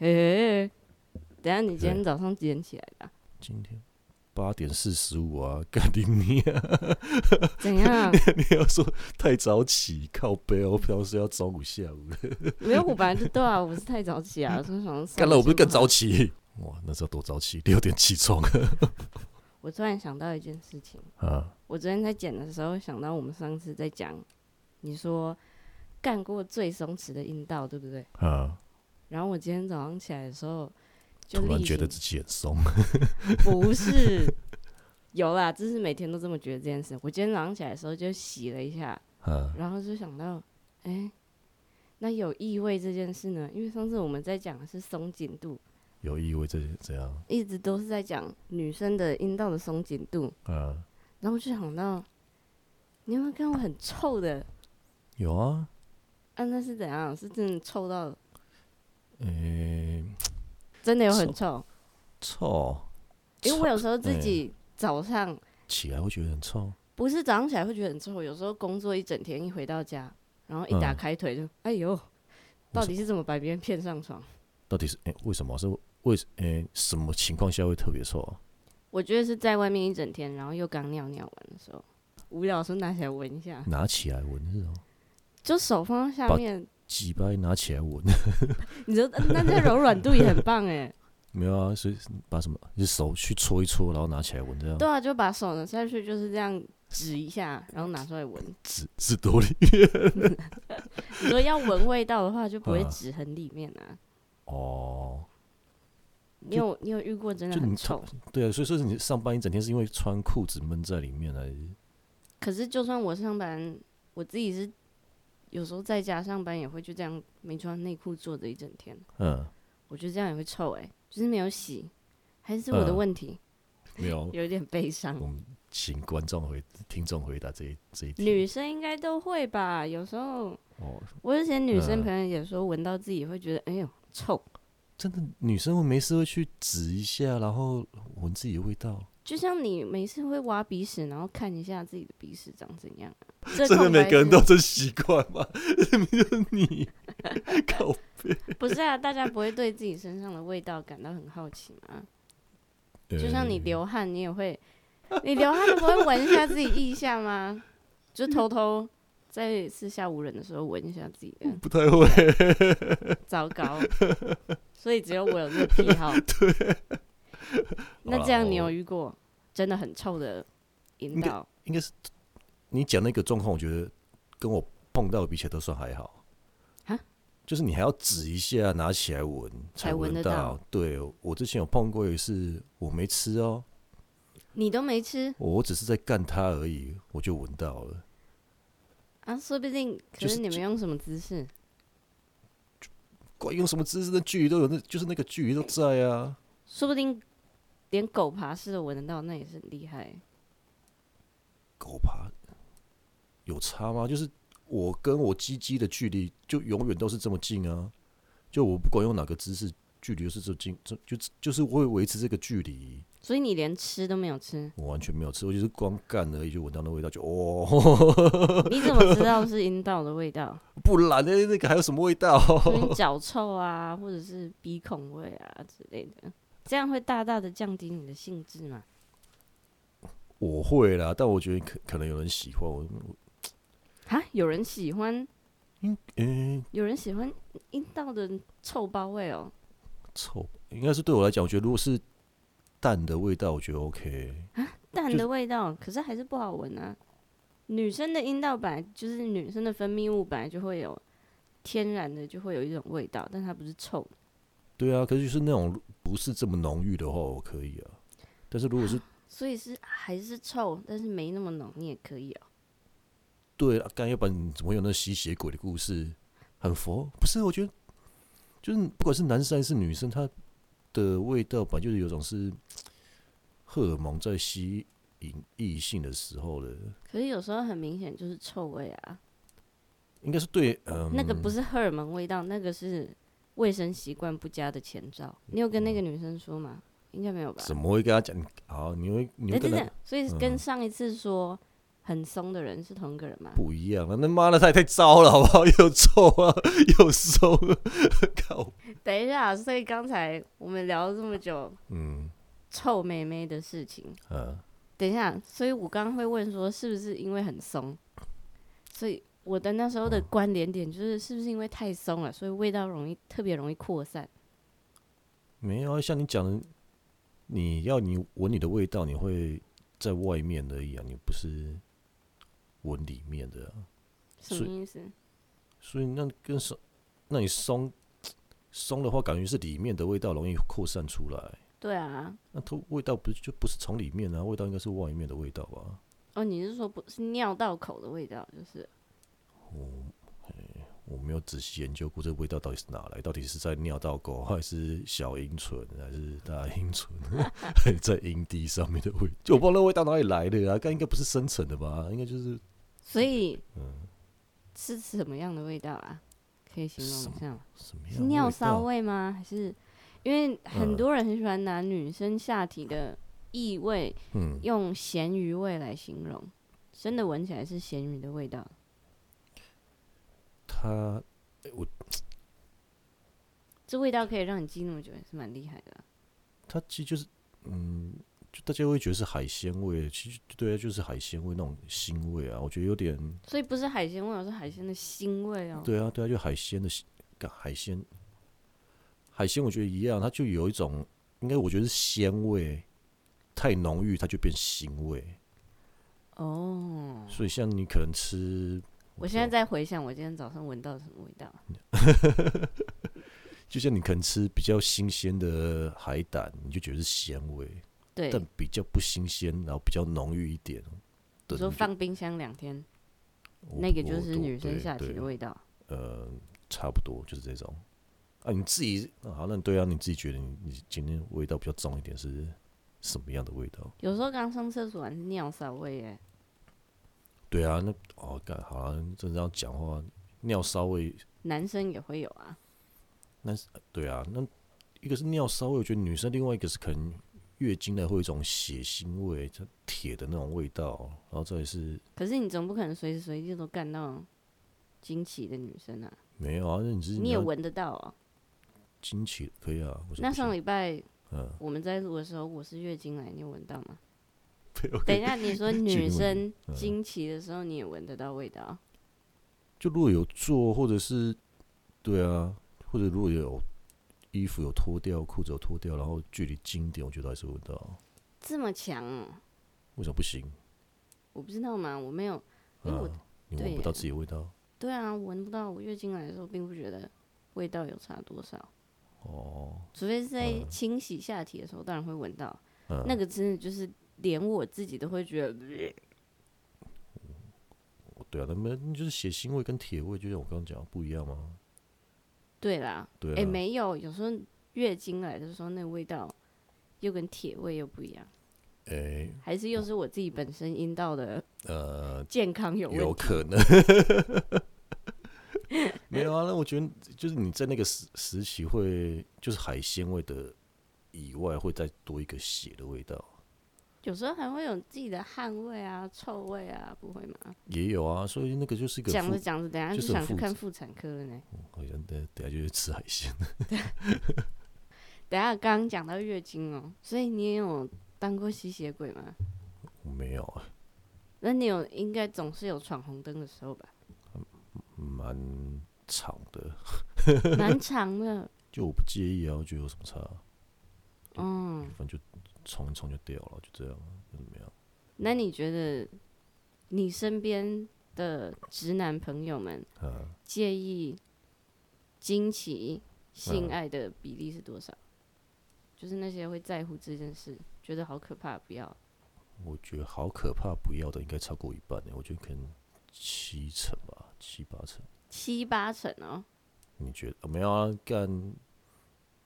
诶、等一下你今天早上几点起来的啊、今天八点四十五啊， 干你你啊！怎 样？你要说太早起，靠背，我平常是要早午下午的，没有，我本来就对啊，我是太早起啊，所以想说嗯干了我不是更算早了？起？哇，那是要多早起？六点起床 我突然想到一件事情，啊！我昨天在剪的时候想到我们上次在讲，你说干过最松弛的阴道，对不对？啊！然后我今天早上起来的时候，就突然例觉行得自己很松， 不是，有啦，这是每天都这么觉得这件事。我今天早上起来的时候就洗了一下，啊然后就想到，哎、那有异味这件事呢？因为上次我们在讲的是松紧度，有意味这这样一直都是在讲女生的阴道的松紧度，啊？然后我就想到，你有没有看过很臭的？有啊，啊，那是怎样？是真的臭到诶、真的有很臭臭？臭，因为我有时候自嗯己早上起来会觉得很臭，不是早上起来会觉得很臭，有时候工作一整天一回到家，然后一打嗯开腿就、哎呦，到底是怎么把别人骗上床？到底是诶、为什么是为诶、什么情况下会特别臭啊？我觉得是在外面一整天，然后又刚尿尿完的时候，无聊的时候拿起来闻一下，拿起来闻是吗？就手放在下把面，鸡掰拿起来闻， 你就那那柔软度也很棒哎、没有啊，所以把什么就是手去搓一搓，然后拿起来闻这样对，啊，就把手拿下去，就是这样指一下，然后拿出来闻。指 指多里你说要闻味道的话，就不会嗯指很里面 啊。哦，你有你有遇过真的就你很看臭？对啊，所以说你上班一整天是因为穿裤子闷在里面啊还是可是就算我上班，我自己是有时候在家上班也会就这样没穿内裤坐着一整天，嗯我觉得这样也会臭哎、就是没有洗，还是我的嗯问题，没有？有一点悲伤。我们请观众回听众回答这一这一题女生应该都会吧，有时候哦，我之前女生嗯朋友也说闻到自己会觉得哎呦臭，真的女生会没事会去指一下，然后闻自己的味道，就像你每次会挖鼻屎，然后看一下自己的鼻屎长怎样、啊。这真的空白每个人是都这习惯吗？ 没有你，靠不是啊，大家不会对自己身上的味道感到很好奇吗？就像你流汗，你也会， 你流汗你不会闻一下自己腋下吗？就偷偷在四下无人的时候闻一下自己的，不太会，糟糕。所以只有我有这个癖 好。那这样你有遇过真的很臭的引哦应该导？应该是你讲那个状况，我觉得跟我碰到的比起来都算还好哈。就是你还要指一下，拿起来闻啊才才闻闻得到。对，我之前有碰过一次，我没吃哦，你都没吃我只是在干它而已，我就闻到了。啊？说不定可就是是你就们用什么姿势？管用什么姿势，那距离都有，那就是那个距离都在啊。说不定连狗爬式都闻得到，那也是很厉害。狗爬有差吗？就是我跟我鸡鸡的距离就永远都是这么近啊，就我不管用哪个姿势，距离就是这么近，这就就是我会维持这个距离。所以你连吃都没有 ，吃我完全没有吃，我就是光干而已，就闻到那味道就哦， 你怎么知道是阴道的味道？不然那那个还有什么味道？说 明脚臭啊，或者是鼻孔味啊之类的，这样会大大的降低你的兴致嘛？我会啦，但我觉得可可能有人喜欢我，啊，有人喜欢，嗯、有人喜欢阴道的臭包味哦。臭，应该是对我来讲，我觉得如果是蛋的味道，我觉得 OK，蛋就的味道，可是还是不好闻啊。女生的阴道本来就是女生的分泌物本来就会有天然的就会有一种味道，但它不是臭的。对啊，可是就是那种不是这么浓郁的话，我可以啊，但是如果是所以是还是臭，但是没那么浓，你也可以哦、对啊，干要不然怎么会有那吸血鬼的故事？很佛，不是？我觉得就是不管是男生还是女生，他的味道本来就是有种是荷尔蒙在吸引异性的时候的，可是有时候很明显就是臭味啊，应该是对，嗯，那个不是荷尔蒙味道，那个是卫生习惯不佳的前兆。你有跟那个嗯女生说吗？应该没有吧？怎么会跟他讲？好，你会你哎，嗯会跟真他、的，所以跟上一次说很松的人是同一个人吗？不一样啊！那妈的太太糟了，好不好？ 又臭啊，又松啊， 靠！等一下，啊所以刚才我们聊了这么久嗯臭妹妹的事情，啊，等一下，所以我刚刚会问说，是不是因为很松？所以我的那时候的嗯关联点就是，是不是因为太松了，所以味道容易特别容易扩散？没有啊，像你讲的，你要你闻你的味道，你会在外面而已啊，你不是闻里面的、啊，什么意思？所以那跟松，那你松松的话，感觉是里面的味道容易扩散出来。对啊，那它味道不是就不是从里面啊，味道应该是外面的味道吧？哦，你是说不是尿道口的味道，就是我没有仔细研究过这味道到底是哪来，到底是在尿道沟，还是小阴唇，还是大阴唇， 还是在阴蒂上面的味？就我不知道那味道哪里来的啊，但应该不是生成的吧？应该就是嗯所以是什么样的味道啊？可以形什容么一下吗？什么样是的尿味骚啊道嗯味吗？还是因为很多人很喜欢拿女生下体的异味嗯，用咸鱼味来形容，真的闻起来是咸鱼的味道。它诶我这味道可以让你记那么久，也是蛮厉害的啊。它其实就是嗯，就大家会觉得是海鲜味，其实对啊，就是海鲜味那种腥味啊，我觉得有点所以不是海鲜味，而是海鲜的腥味哦。对啊，对啊，就海鲜的腥干海鲜，海鲜我觉得一样，它就有一种，应该我觉得是鲜味太浓郁，它就变腥味。哦，所以像你可能吃，我现在在回想我今天早上闻到什么味道。就像你可能吃比较新鲜的海胆，你就觉得是鲜味，对，但比较不新鲜，然后比较浓郁一点的你那说种。放冰箱两天，我那个我就是我女生对下体对的味道。呃，差不多就是这种。啊，你自己、啊、好，那对啊，你自己觉得你你今天味道比较重一点是什么样的味道？有时候刚上厕所还是尿骚味欸耶。对啊，那哦，干好了，真的要讲话，尿骚味，男生也会有啊，对啊，那一个是尿骚味，我觉得女生，另外一个是可能月经来会有一种血腥味，就铁的那种味道，然后再来是可是你总不可能随时随地都干到惊奇的女生啊，没有啊，那你是你也闻得到哦。惊奇可以啊，我说那不上行礼拜嗯我们在录的时候，我是月经来，你有闻到 吗？没有等一下，你说女这个问嗯生经期的时候，你也闻得到味道？就如果有做或者是对啊，或者如果有衣服有脱掉，裤子有脱掉，然后距离近一点，我觉得还是闻到，这么强哦、为什么不行？我不知道嘛，我没有，因为我啊，你对闻不耶到自己的味道对啊，闻不到。我月经来的时候，并不觉得味道有差多少，哦，除非是在清洗下体的时候，当然会闻到。嗯那个真的就是连我自己都会觉得，呃对啊，那么就是血腥味跟铁味，就像我刚刚讲的不一样吗？对啦，对哎、啊，没有，有时候月经来的时候，那个味道又跟铁味又不一样，诶还是又哦是我自己本身阴道的 呃，健康有问有题。可 能。没有啊，那我觉得就是你在那个时时期会，就是海鲜味的以外，会再多一个血的味道，有时候还会有自己的汗味啊、臭味啊，不会吗？也有啊，所以那个就是一个讲复着讲着，等下就就是很想去复杂看妇产科了呢。好像等等下就去吃海鲜，等下刚刚讲到月经哦、所以你也有当过吸血鬼吗？我没有啊，那你有应该总是有闯红灯的时 候吧？蛮长的，蛮长的，就我不介意啊，我觉得有什么差，嗯。反正就冲一冲就掉了，就这样，又怎么样？那你觉得你身边的直男朋友们啊，介意惊奇嗯性爱的比例是多少？就是那些会在乎这件事，觉得好可怕，不要。我觉得好可怕，不要的应该超过一半欸呢，我觉得可能七成吧，七八成。七八成哦。你觉得、啊没有啊？干，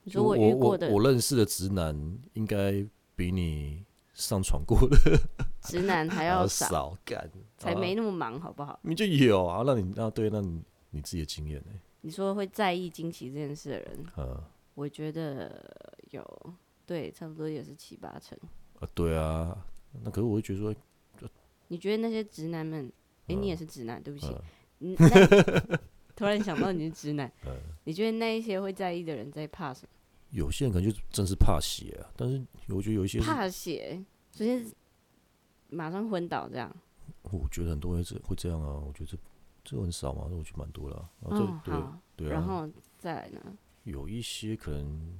你就说我遇我过的我认识的直男，应该比你上床过的直男还还要要少，少，干才啊没那么忙，好不好？你就有啊？那你那对，那你你自己的经验呢？你说会在意惊奇这件事的人，啊我觉得有，对，差不多也是七八成。啊，对啊，那可是我会觉得说，你觉得那些直男们，诶，你也是直男，对不起嗯，嗯，那 突然想到你是直男，你觉得那一些会在意的人在怕什么？有些人可能就真是怕血啊，但是我觉得有一些是，怕血，直接马上昏倒这样。我觉得很多人是会这样啊，我觉得这这很少嘛，我觉得蛮多的啊、然后嗯，这、好，对对啊，然后再来呢？有一些可能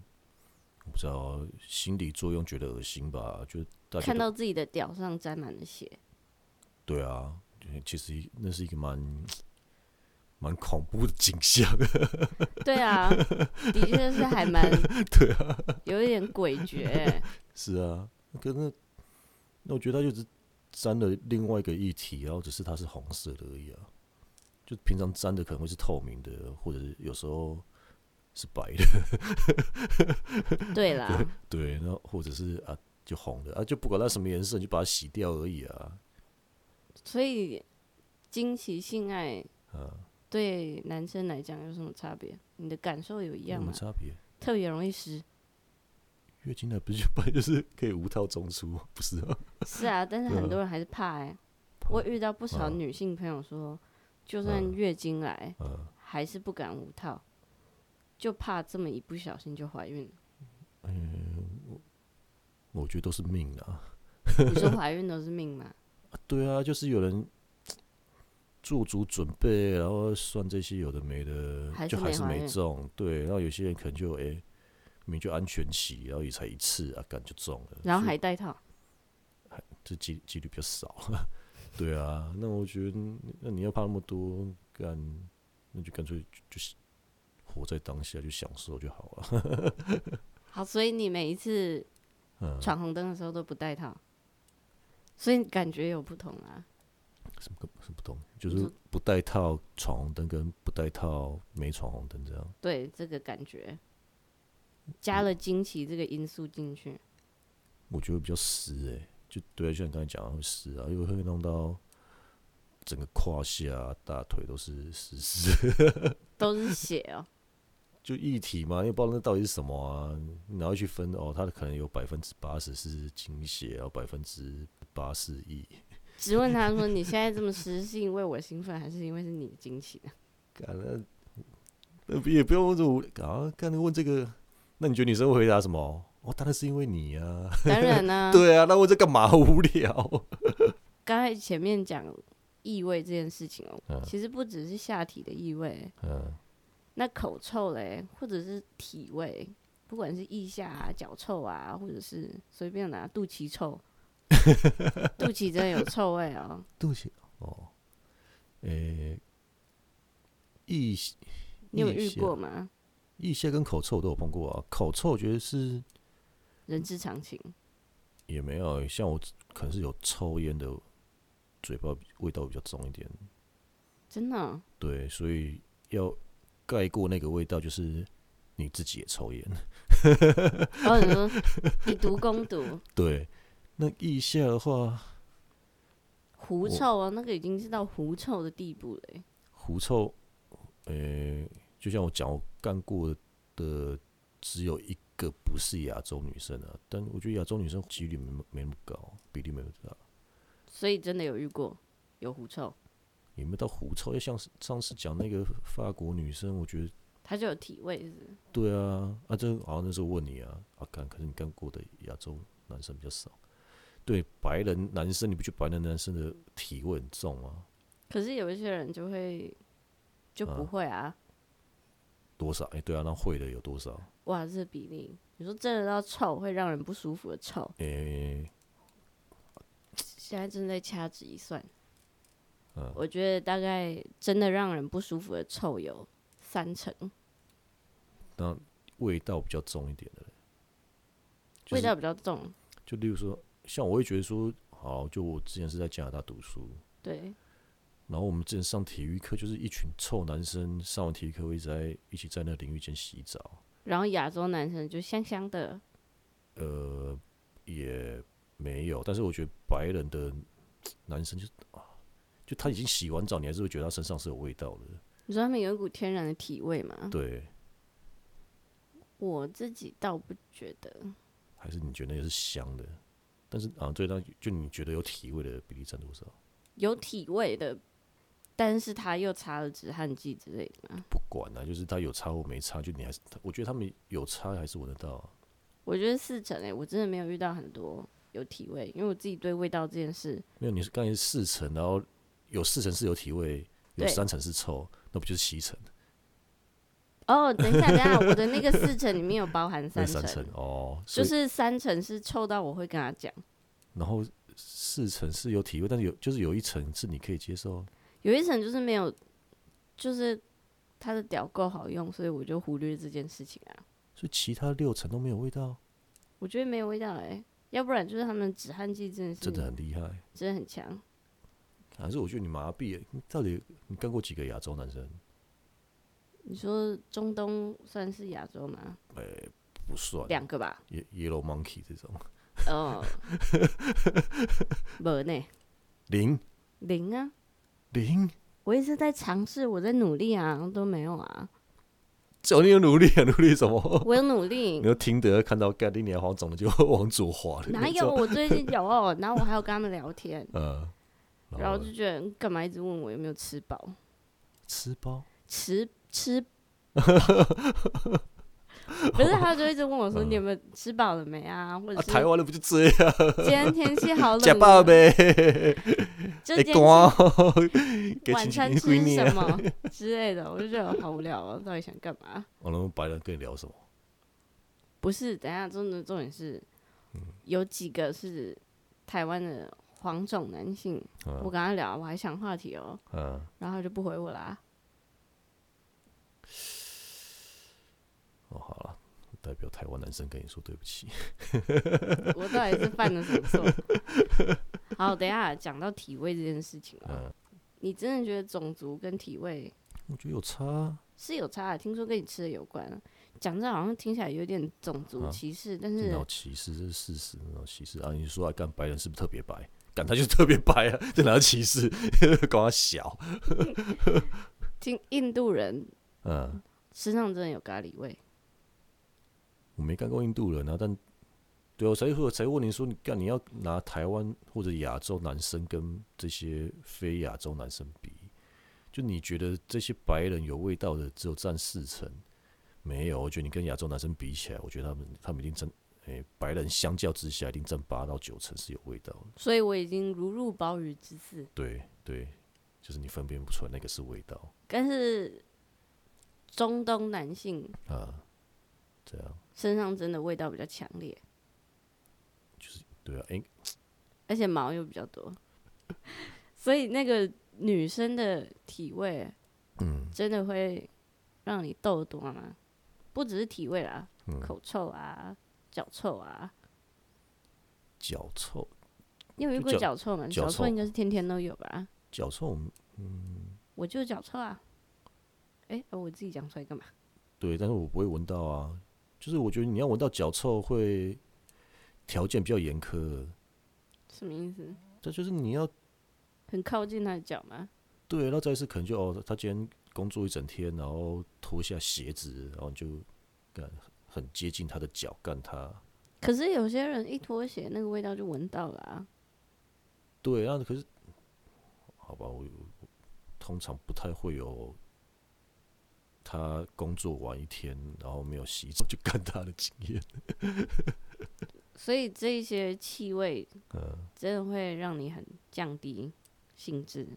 我不知道啊心理作用觉得恶心吧，就大家看都到自己的屌上沾满了血，对啊，对其实那是一个蛮蛮恐怖的景象， 对啊，的确是还蛮对啊，有一点诡谲 欸。是啊，可是那那我觉得他就只沾了另外一个液体，然后只是它是红色的而已啊，就平常沾的可能会是透明的，或者是有时候是白的，对啦，对，然后或者是啊就红的啊，就不管它什么颜色，你就把它洗掉而已啊，所以惊奇性爱嗯对男生来讲有什么差别？你的感受有一有样什吗？么差别？特别容易湿。月经来不是就 本来就是可以无套中出吗，不是啊？是 啊，但是很嗯多人还是怕哎、我遇到不少嗯女性朋友说，就算月经来，嗯还是不敢无套，就怕这么一不小心就怀孕 了。我觉得都是命啊。你说怀孕都是命 吗？对啊，就是有人做足准备，然后算这些有的没的，还是就还没是怀没孕中。对，然后有些人可能就哎，诶明、明就安全期，然后也才一次啊，感就中了，然后所以还戴套，这几几率比较少。 对啊，那我觉得那你要怕那么多干，那就干脆就就是活在当下，就享受就好了。 好，所以你每一次嗯，闯红灯的时候都不戴套，所以感觉有不同啊。什么个什么不懂，就你是说不带套闯红灯跟不带套没闯红灯这样。对这个感觉，加了惊奇这个因素进去，我觉得比较湿哎、就对啊，就像你刚才讲的会湿啊，因为会弄到整个胯下啊、大腿都是湿湿，都是血哦、 就液体嘛，因为不知道那到底是什么啊，你要去分哦，它可能有百分之八十是精血，然后百分之八是液，直问他说：“你现在这么湿，是因为我兴奋，还是因为是你惊奇的？干那那也不用问这么无啊，干问这个，那你觉得女生会回答什么？哦，当然是因为你啊， 当然呢、对啊，那问这干嘛无聊？刚才前面讲异味这件事情哦、嗯其实不只是下体的异味，嗯，那口臭嘞，或者是体味，不管是腋下啊、脚臭啊，或者是随便拿、肚脐 臭，肚脐真的有臭味哦、肚脐哦，诶、腋你有腋遇下过吗？腋下跟口臭我都有碰过啊，口臭我觉得是人之常情，也没有欸、像我可能是有抽烟的，嘴巴味道比较重一点，真的哦、对，所以要盖过那个味道，就是你自己也抽烟，哦，你说以毒攻毒，对。那腋下的话，狐臭哦，那个已经是到狐臭的地步了欸、狐臭，呃、就像我讲，我干过的只有一个不是亚洲女生啊，但我觉得亚洲女生几率没那么没那么高，比例没有大。所以真的有遇过有狐臭，有没有到狐臭？要像是上次讲那个法国女生，我觉得它就有体味是不是对啊，啊，这好像那时候问你啊，啊，干，可是你干过的亚洲男生比较少，对，白人男生你不觉得白人男生的体味很重吗？可是有一些人就会就不会啊，多少？哎、对啊，那会的有多少？哇，这比例，你说真的到臭会让人不舒服的臭，哎、现在正在掐指一算，我觉得大概真的让人不舒服的臭有三成，那味道比较重一点的嘞，就是味道比较重，就例如说，像我会觉得说，好，就我之前是在加拿大读书，对，然后我们之前上体育课，就是一群臭男生上完体育课会一直在一起在那淋浴间洗澡。然后亚洲男生就香香的，呃，也没有，但是我觉得白人的男生就啊，就他已经洗完澡，你还是会觉得他身上是有味道的。你说他们有一股天然的体味吗？对，我自己倒不觉得，还是你觉得那个是香的？但是啊，对，那就你觉得有体味的比例占多少？有体味的，但是他又擦了止汗剂之类的嘛。不管啊，就是他有差或没差，就你还是，我觉得他们有差还是闻得到啊。我觉得四成诶、欸我真的没有遇到很多有体味，因为我自己对味道这件事，没有，你是刚才四成，然后有四成是有体味，有对三成是臭，那不就是七成？哦，等一下，等一下，我的那个四成里面有包含那三是成，三成哦，所就以是三成是臭到我会跟他讲，然后四成是有体味，但是有就是有一层是你可以接受啊。有一层就是没有，就是他的屌够好用，所以我就忽略这件事情啊。所以其他六层都没有味道，我觉得没有味道哎、要不然就是他们止汗剂真的是真的很厉害。真的很强。还是我觉得你麻痹了，你到底你干过几个亚洲男生？你说中东算是亚洲吗？不算，两个吧， Ye- Yellow Monkey 这种 哦，没呢，零零啊， 零，我一直在尝试，我在努力啊，都没有啊，只有你有努力啊，努力什么？ 我有努你力，都听得看到干你娘黄总的就往左滑了，哪你知有？道？我最近有，哦 然后我还有跟他们聊天，呃，然然后后就觉得干嘛一直问我有没有吃饱，吃包，吃 吃。不是，他就一直问我说：“你有没有吃饱了没啊？”或者嗯啊，是台湾的不就这样？今天天气好冷啊，假爸呗，就哎今天光， 给晚亲餐戚吃闺蜜什啊。么之类的，我就觉得好无聊啊，到底想干嘛？我能哦白人跟你聊什么？不是，等一下真的重点是，嗯有几个是台湾的黄种男性，我跟他聊，我还想话题哦，嗯，然后他就不回我啦、哦，好了，代表台湾男生跟你说对不起。我到底是犯了什么错？ 好，等一下讲到体味这件事情啊，嗯，你真的觉得种族跟体味我觉得有差啊，是有差的？听说跟你吃的有关、啊。讲这好像听起来有点种族啊歧视，但这是哪有歧视？这是事实，哪有歧视啊？你说啊，干白人是不是特别白？干他就是特别白啊，这哪有歧视？ 管他小，听印度人嗯。身上真的有咖喱味。我没干过印度人啊，但对啊，我才说才问你说你干你要拿台湾或者亚洲男生跟这些非亚洲男生比，就你觉得这些白人有味道的只有占四成，没有，我觉得你跟亚洲男生比起来，我觉得他们他们一定占，诶、白人相较之下一定占八到九成是有味道的，所以我已经如入鲍鱼之肆。对对，就是你分辨不出来那个是味道但是中东男性啊，这样身上真的味道比较强烈，对啊，诶、而且毛又比较多， 所以那个女生的体味嗯真的会让你痘多吗？不只是体味啦，嗯，口臭啊，脚臭啊。脚臭你有遇过就脚臭吗？脚脚臭臭应该是天天都有吧？脚臭，我就是脚臭啊。哎、呃我自己讲出来干嘛？对，但是我不会闻到啊。就是我觉得你要闻到脚臭会条件比较严苛，什么意思？这就是你要很靠近他的脚吗？对，然后再一次可能就哦，他今天工作一整天，然后脱下鞋子，然后就干很接近他的脚干他。可是有些人一脱鞋，那个味道就闻到了啊。对，那可是好吧，我我通常不太会有他工作完一天，然后没有洗澡就干他的经验。所以这一些气味嗯，真的会让你很降低兴致，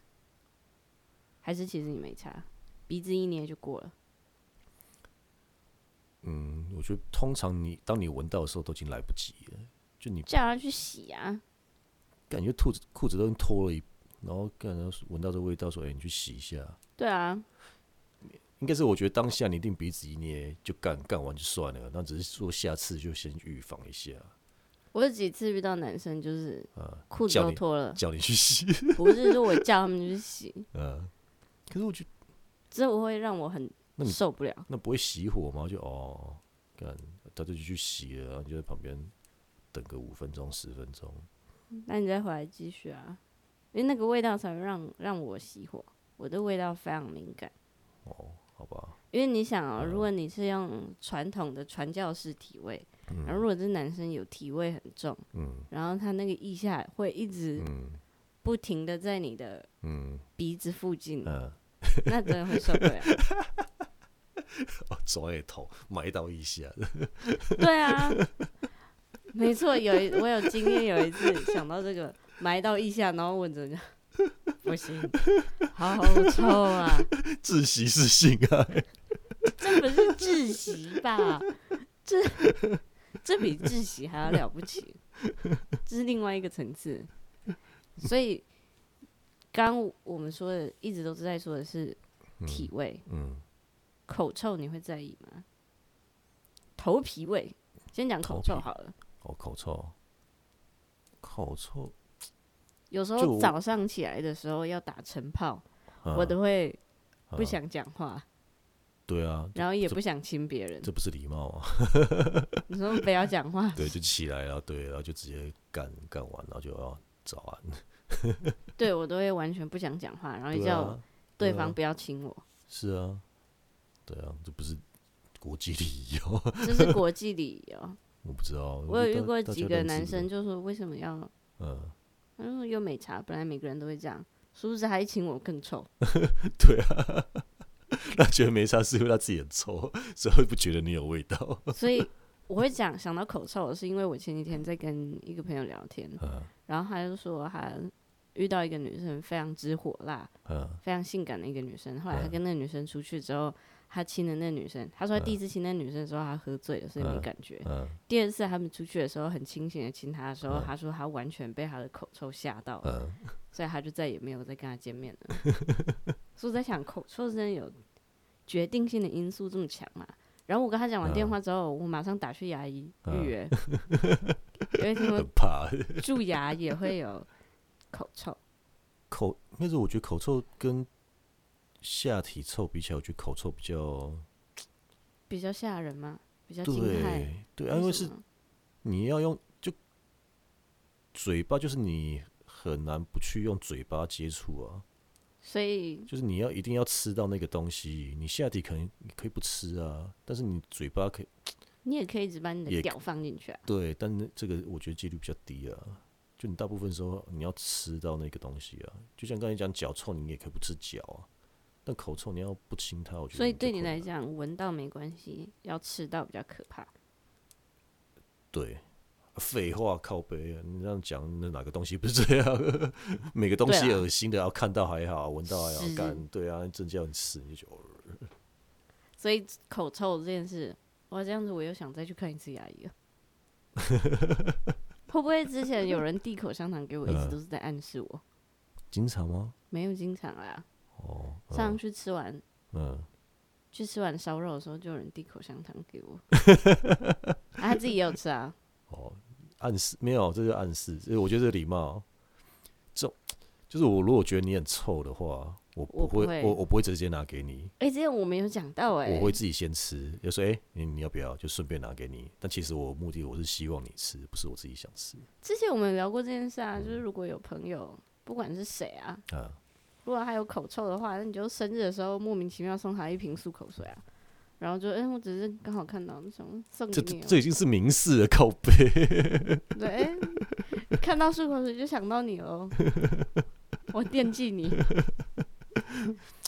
还是其实你没差，鼻子一捏就过了。嗯，我觉得通常你当你闻到的时候都已经来不及了，就你叫他去洗啊，感觉兔子裤子都已经脱了一，然后感觉闻到这味道，说：“哎、你去洗一下。对啊，”应该是我觉得当下你一定鼻子一捏就干，干完就算了。那只是说下次就先预防一下，我有几次遇到男生就是裤子嗯叫都你脱了，叫你去洗。 不是说我叫他们去洗， 嗯，可是我觉得这我会让我很那你受不了。那不会熄火吗？就哦，干，他就去洗了，然后就在旁边等个五分钟、十分钟。那你再回来继续啊，因为那个味道才会让让我熄火，我对味道非常敏感。哦，好吧，因为你想哦，如果你是用传统的传教士体位，然后如果这男生有体味很重，嗯然后他那个腋下会一直嗯不停的在你的嗯鼻子附近，嗯，那真的会受不了。哦，左耳头埋到一下， 对啊，没错，有一我有经验，有一次想到这个，埋到腋下，然后问着人家，不行，好臭啊，窒息是性啊，这不是窒息吧？这这比窒息还要了不起，这是另外一个层次。所以，刚我们说的，一直都是在说的是体味，嗯，口臭你会在意吗？头皮味，先讲口臭头皮好了。哦，口臭，口臭，有时就候我早上起来的时候要打晨泡，啊我都会不啊想嗯讲话，对啊，然后也不想亲别人。这不是礼貌啊。 你说不要讲话， 对，就起来了，对，然后就直接干干完，然后就要啊早安，对我都会完全不想讲话，然后对叫啊，对对啊方不要亲我，是啊，对啊，这不是国际礼仪哦，这是国际礼仪哦。 我不知道，我有觉得遇大过大几家个认知男不生 同，就说为什么要，嗯，他说又没查，本来每个人都会这样，殊不知还请我更臭。对啊，他觉得没差，是因为他自己很臭，所以他不觉得你有味道， 所以我会讲想到口臭，是因为我前几天在跟一个朋友聊天， 嗯然后他就说他遇到一个女生非常之火辣，嗯非常性感的一个女生。后来他嗯跟那个女生出去之后，他亲了那个女生。他说他第一次亲那个女生的时候，他喝醉了，所以没嗯感觉。嗯第二次他们出去的时候，很清醒的亲她的时候，嗯他说他完全被她的口臭吓到了，嗯，所以他就再也没有再跟她见面 了。所以我在想，口臭真的有决定性的因素这么强吗？然后我跟他讲完电话之后，我马上打去牙医嗯预 约，因为听说很怕蛀牙也会有口臭。口，但是我觉得口臭跟下体臭比起来，我觉得口臭比较比较吓人吗？比较惊骇？对对，啊因为什是么你要用就嘴巴，就是你很难不去用嘴巴接触啊。所以就是你要一定要吃到那个东西，你下体可能你可以不吃啊，但是你嘴巴可以你也可以只把你的也屌放进去啊。对，但是这个我觉得几率比较低啊。就你大部分时候你要吃到那个东西啊，就像刚才讲脚臭，你也可以不吃脚啊，但口臭你要不亲它，我觉得所以比较对你困来难，讲，闻到没关系，要吃到比较可怕。对，废话靠背啊，你这样讲，那哪个东西不是这样？ 每个东西对啊恶心的，要看到还好，闻到还好是，干对啊，真叫你吃你就觉得哦所以口臭这件事，哇，这样子我又想再去看一次牙医了。 会不会之前有人递口香糖给我，一直嗯都是在暗示我？经常吗？没有经常啦，哦，嗯上去吃完嗯，去吃完烧肉的时候，就有人递口香糖给 我，啊、他自己也有吃啊。哦，暗示没有，这就暗示。这我觉得这礼貌，这种就是我如果觉得你很臭的话，我我不会，不会我我不会直接拿给你，哎、之前我没有讲到哎、我会自己先吃。就说哎、你你要不要？就顺便拿给你。但其实我目的我是希望你吃，不是我自己想吃之前我们有聊过这件事啊，就是如果有朋友，不管是谁啊，啊。如果他有口臭的话，那你就生日的时候莫名其妙送他一瓶漱口水啊，然后就嗯，我只是刚好看到，想送这给这你哦，这已经是明示了，靠背。对，哎看到漱口水就想到你喽，我惦记你，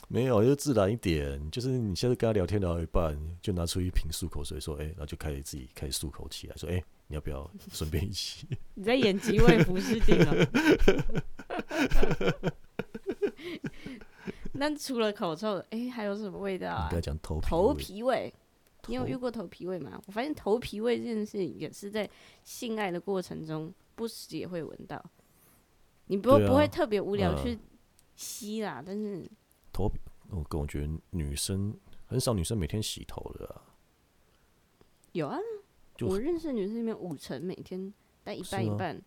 没有，就自然一点。就是你现在跟他聊天聊到一半，就拿出一瓶漱口水，说哎、然后就开始自己开始漱口起来，说哎、你要不要顺便一 起？你在演极味服饰哦定了。 那除了口臭，哎、还有什么味道你啊跟他？讲头皮头味皮味，你有头遇过头皮味吗？我发现头皮味这件事情也是在性爱的过程中不时也会闻到。你不、对啊不会特别无聊嗯去吸啦，但是头皮，我跟我觉得女生很少女生每天洗头的、啊，有啊，就我认识的女生里面五成每天但一是半一吗半，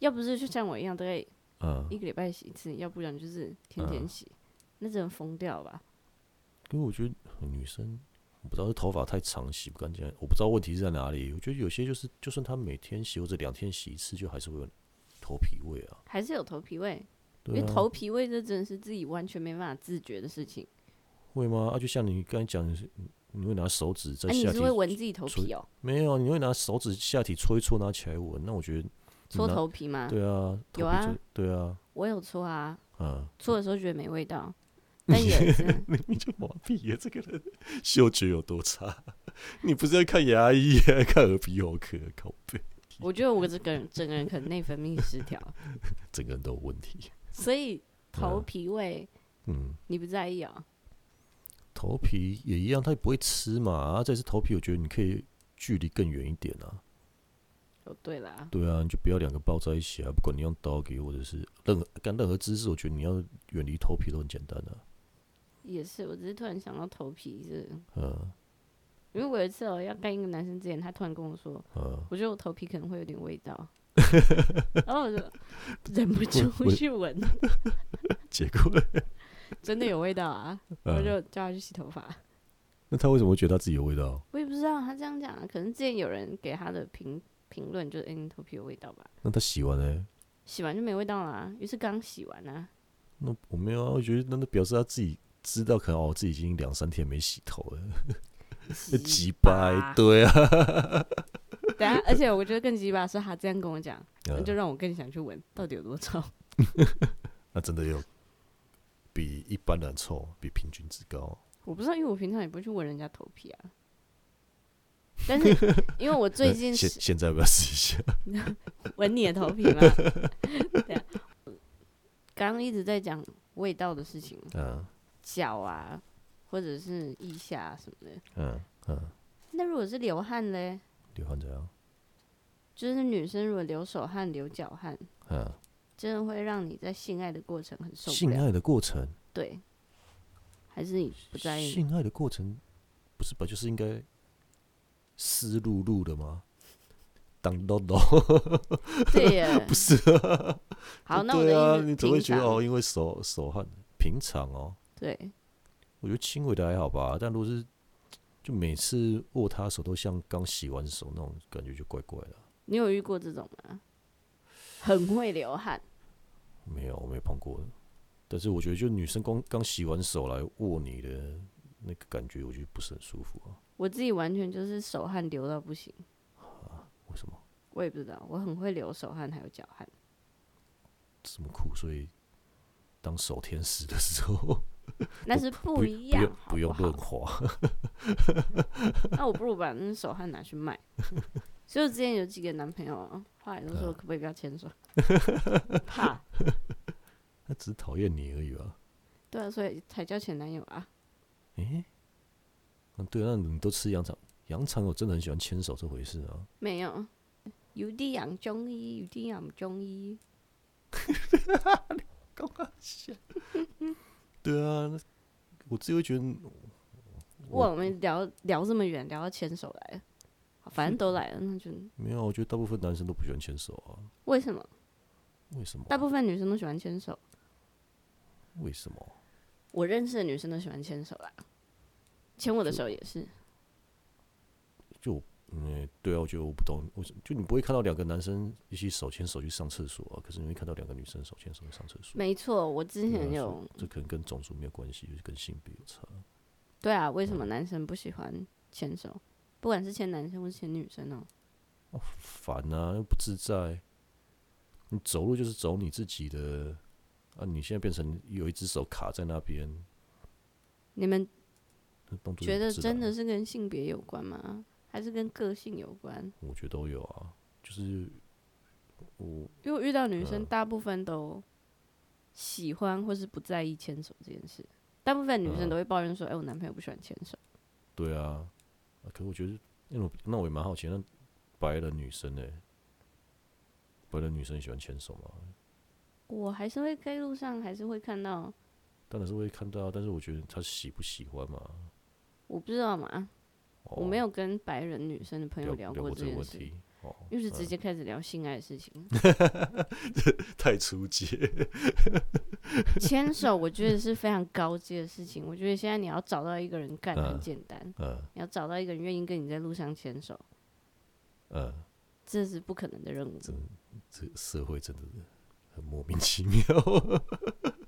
要不是就像我一样大概一嗯，个礼拜洗一次，要不然就是天天嗯洗，那真的疯掉吧？因为我觉得女生我不知道是头发太长洗不干净，我不知道问题是在哪里。我觉得有些就是，就算她每天洗或者两天洗一次，就还是会有头皮味啊。还是有头皮味，因对为啊，头皮味这真的是自己完全没办法自觉的事情。会吗？啊，就像你刚才讲，你会拿手指在哎、你下是体，会闻自己头皮哦、没有，你会拿手指下体搓一搓，拿起来闻。那我觉得搓拿头皮吗？对啊，头有皮啊最，对啊，我有搓啊， 啊，搓的时候觉得没味道，但也是明明就麻痹了，这个人嗅觉有多差？ 你不是要看牙医，还看耳鼻喉科，靠背，我觉得我这个人整个人可能内分泌失调，整个人都有问题。所以头嗯皮味嗯，你不在意哦、头皮也一样，他也不会吃嘛。啊，再是头皮，我觉得你可以距离更远一点啊。哦，对啦，对啊，你就不要两个抱在一起啊。不管你用刀给或者是任何干任何姿势，我觉得你要远离头皮都很简单啊。也是，我只是突然想到头皮是，嗯因为我有一次哦、要干一个男生之前，他突然跟我说，嗯，我觉得我头皮可能会有点味道，然后我就忍不住我去闻，结果呢真的有味道啊，我嗯，就叫他去洗头发。那他为什么会觉得他自己有味道？我也不知道他这样讲啊，可能之前有人给他的评评论就是，哎、你头皮有味道吧？那他洗完呢？洗完就没味道啦、于是刚洗完 啊，那我没有啊，我觉得那那表示他自己知道，可能哦，自己已经两三天没洗头了，鸡掰，对。对啊，等下，啊而且我觉得更鸡巴是他这样跟我讲，嗯就让我更想去闻到底有多 臭。那真的有比一般人臭，比平均值高。我不知道，因为我平常也不会去闻人家头皮啊。但是 因为我最那近现是现在要不要试一 下？闻你的头皮 吗？对啊，刚刚一直在讲味道的事情，嗯脚啊，或者是腋下、啊、什么的。嗯嗯，那如果是流汗嘞，流汗怎样？就是女生如果流手汗、流脚汗，嗯，真的会让你在性爱的过程很受不性了。爱的过程，对，还是你不在意？性爱的过程不是本来就是应该湿漉漉的吗？当当当，对耶。 不是、啊。 好，那我的对意啊，思，你总会觉平得常哦，因为手手汗平常哦，对，我觉得轻微的还好吧，但如果是就每次握他手都像刚洗完手那种感觉，就怪怪的。你有遇过这种吗？很会流汗，没有，我没碰过。但是我觉得，就女生刚刚洗完手来握你的那个感觉，我觉得不是很舒服啊。我自己完全就是手汗流到不行，为什么我也不知道，我很会流手汗还有脚汗，这么酷？所以当手天使的时候，那是不不一不样用，不用好润好滑。那我不如把那手汗拿去卖。所以我之前有几个男朋友啊，后来都嗯说可不可以不要牵 手，怕，他只是讨厌你而已吧？对啊，所以才叫前男友啊。诶、嗯，对啊，那你都吃羊肠，羊肠我真的很喜欢牵手这回事啊。没有，有啲人中意，有啲人唔中意。对啊，那我自己会觉得哇，我们聊聊这么远，聊到牵手来了，好反正都来了，那就没有，我觉得大部分男生都不喜欢牵手啊。为什么？为什么？大部分女生都喜欢牵手，为什么？我认识的女生都喜欢牵手啦，牵我的手也是。就嗯，对啊，我觉得我不懂，我就你不会看到两个男生一起手牵手去上厕所啊，可是你会看到两个女生手牵手去上厕所。没错，我之对啊前所以有这可能跟种族没有关系，就是跟性别有差。对啊，为什么男生不喜欢牵手？不管是牵男生或是牵女生哦、哦，烦啊，又不自在。你走路就是走你自己的啊，你现在变成有一只手卡在那边，你们那动作就觉不得自真然的是跟性别有关吗？还是跟个性有关？我觉得都有啊，就是我因为我遇到女生，嗯大部分都喜欢或是不在意牵手这件事。大部分女生嗯都会抱怨说：“哎、我男朋友不喜欢牵手。对啊，啊可我觉得那我那我也蛮好奇，那白人女生呢、白人女生喜欢牵手吗？”我还是会在路上还是会看到，当然是会看到，啊但是我觉得她喜不喜欢嘛，我不知道嘛，哦我没有跟白人女生的朋友聊聊过过这个件问事，题，哦， 又是直接开始聊性爱的事情。 太出界，牵手，我觉得是非常高级的事情。我觉得现在你要找到一个人干嗯很简单，嗯你要找到一个人愿意跟你在路上牵手，嗯，这是不可能的任务。这个社会真的很莫名其妙，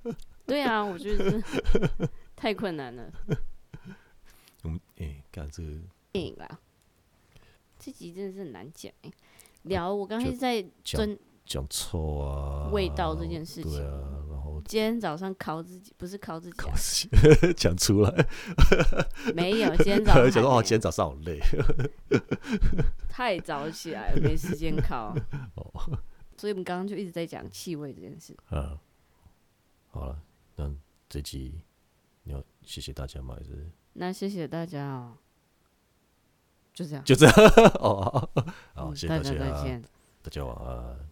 对啊，我觉得是太困难了。我们哎，干、这个电影啦，这集真的是很难讲、欸。聊我刚才在讲尊讲臭啊，味道这件事情，对啊，然后今天早上烤自己，不是烤自己、啊， 讲出来，没 有，今天早上讲说哦，还今天早上好累， 太早起来了，没时间烤。 哦，所以我们刚刚就一直在讲气味这件事。啊，好了，那这集你要谢谢大家嘛，还是那谢谢大家哦，就这样，就这样？哦，好， 嗯谢谢大家，再见。大家晚安。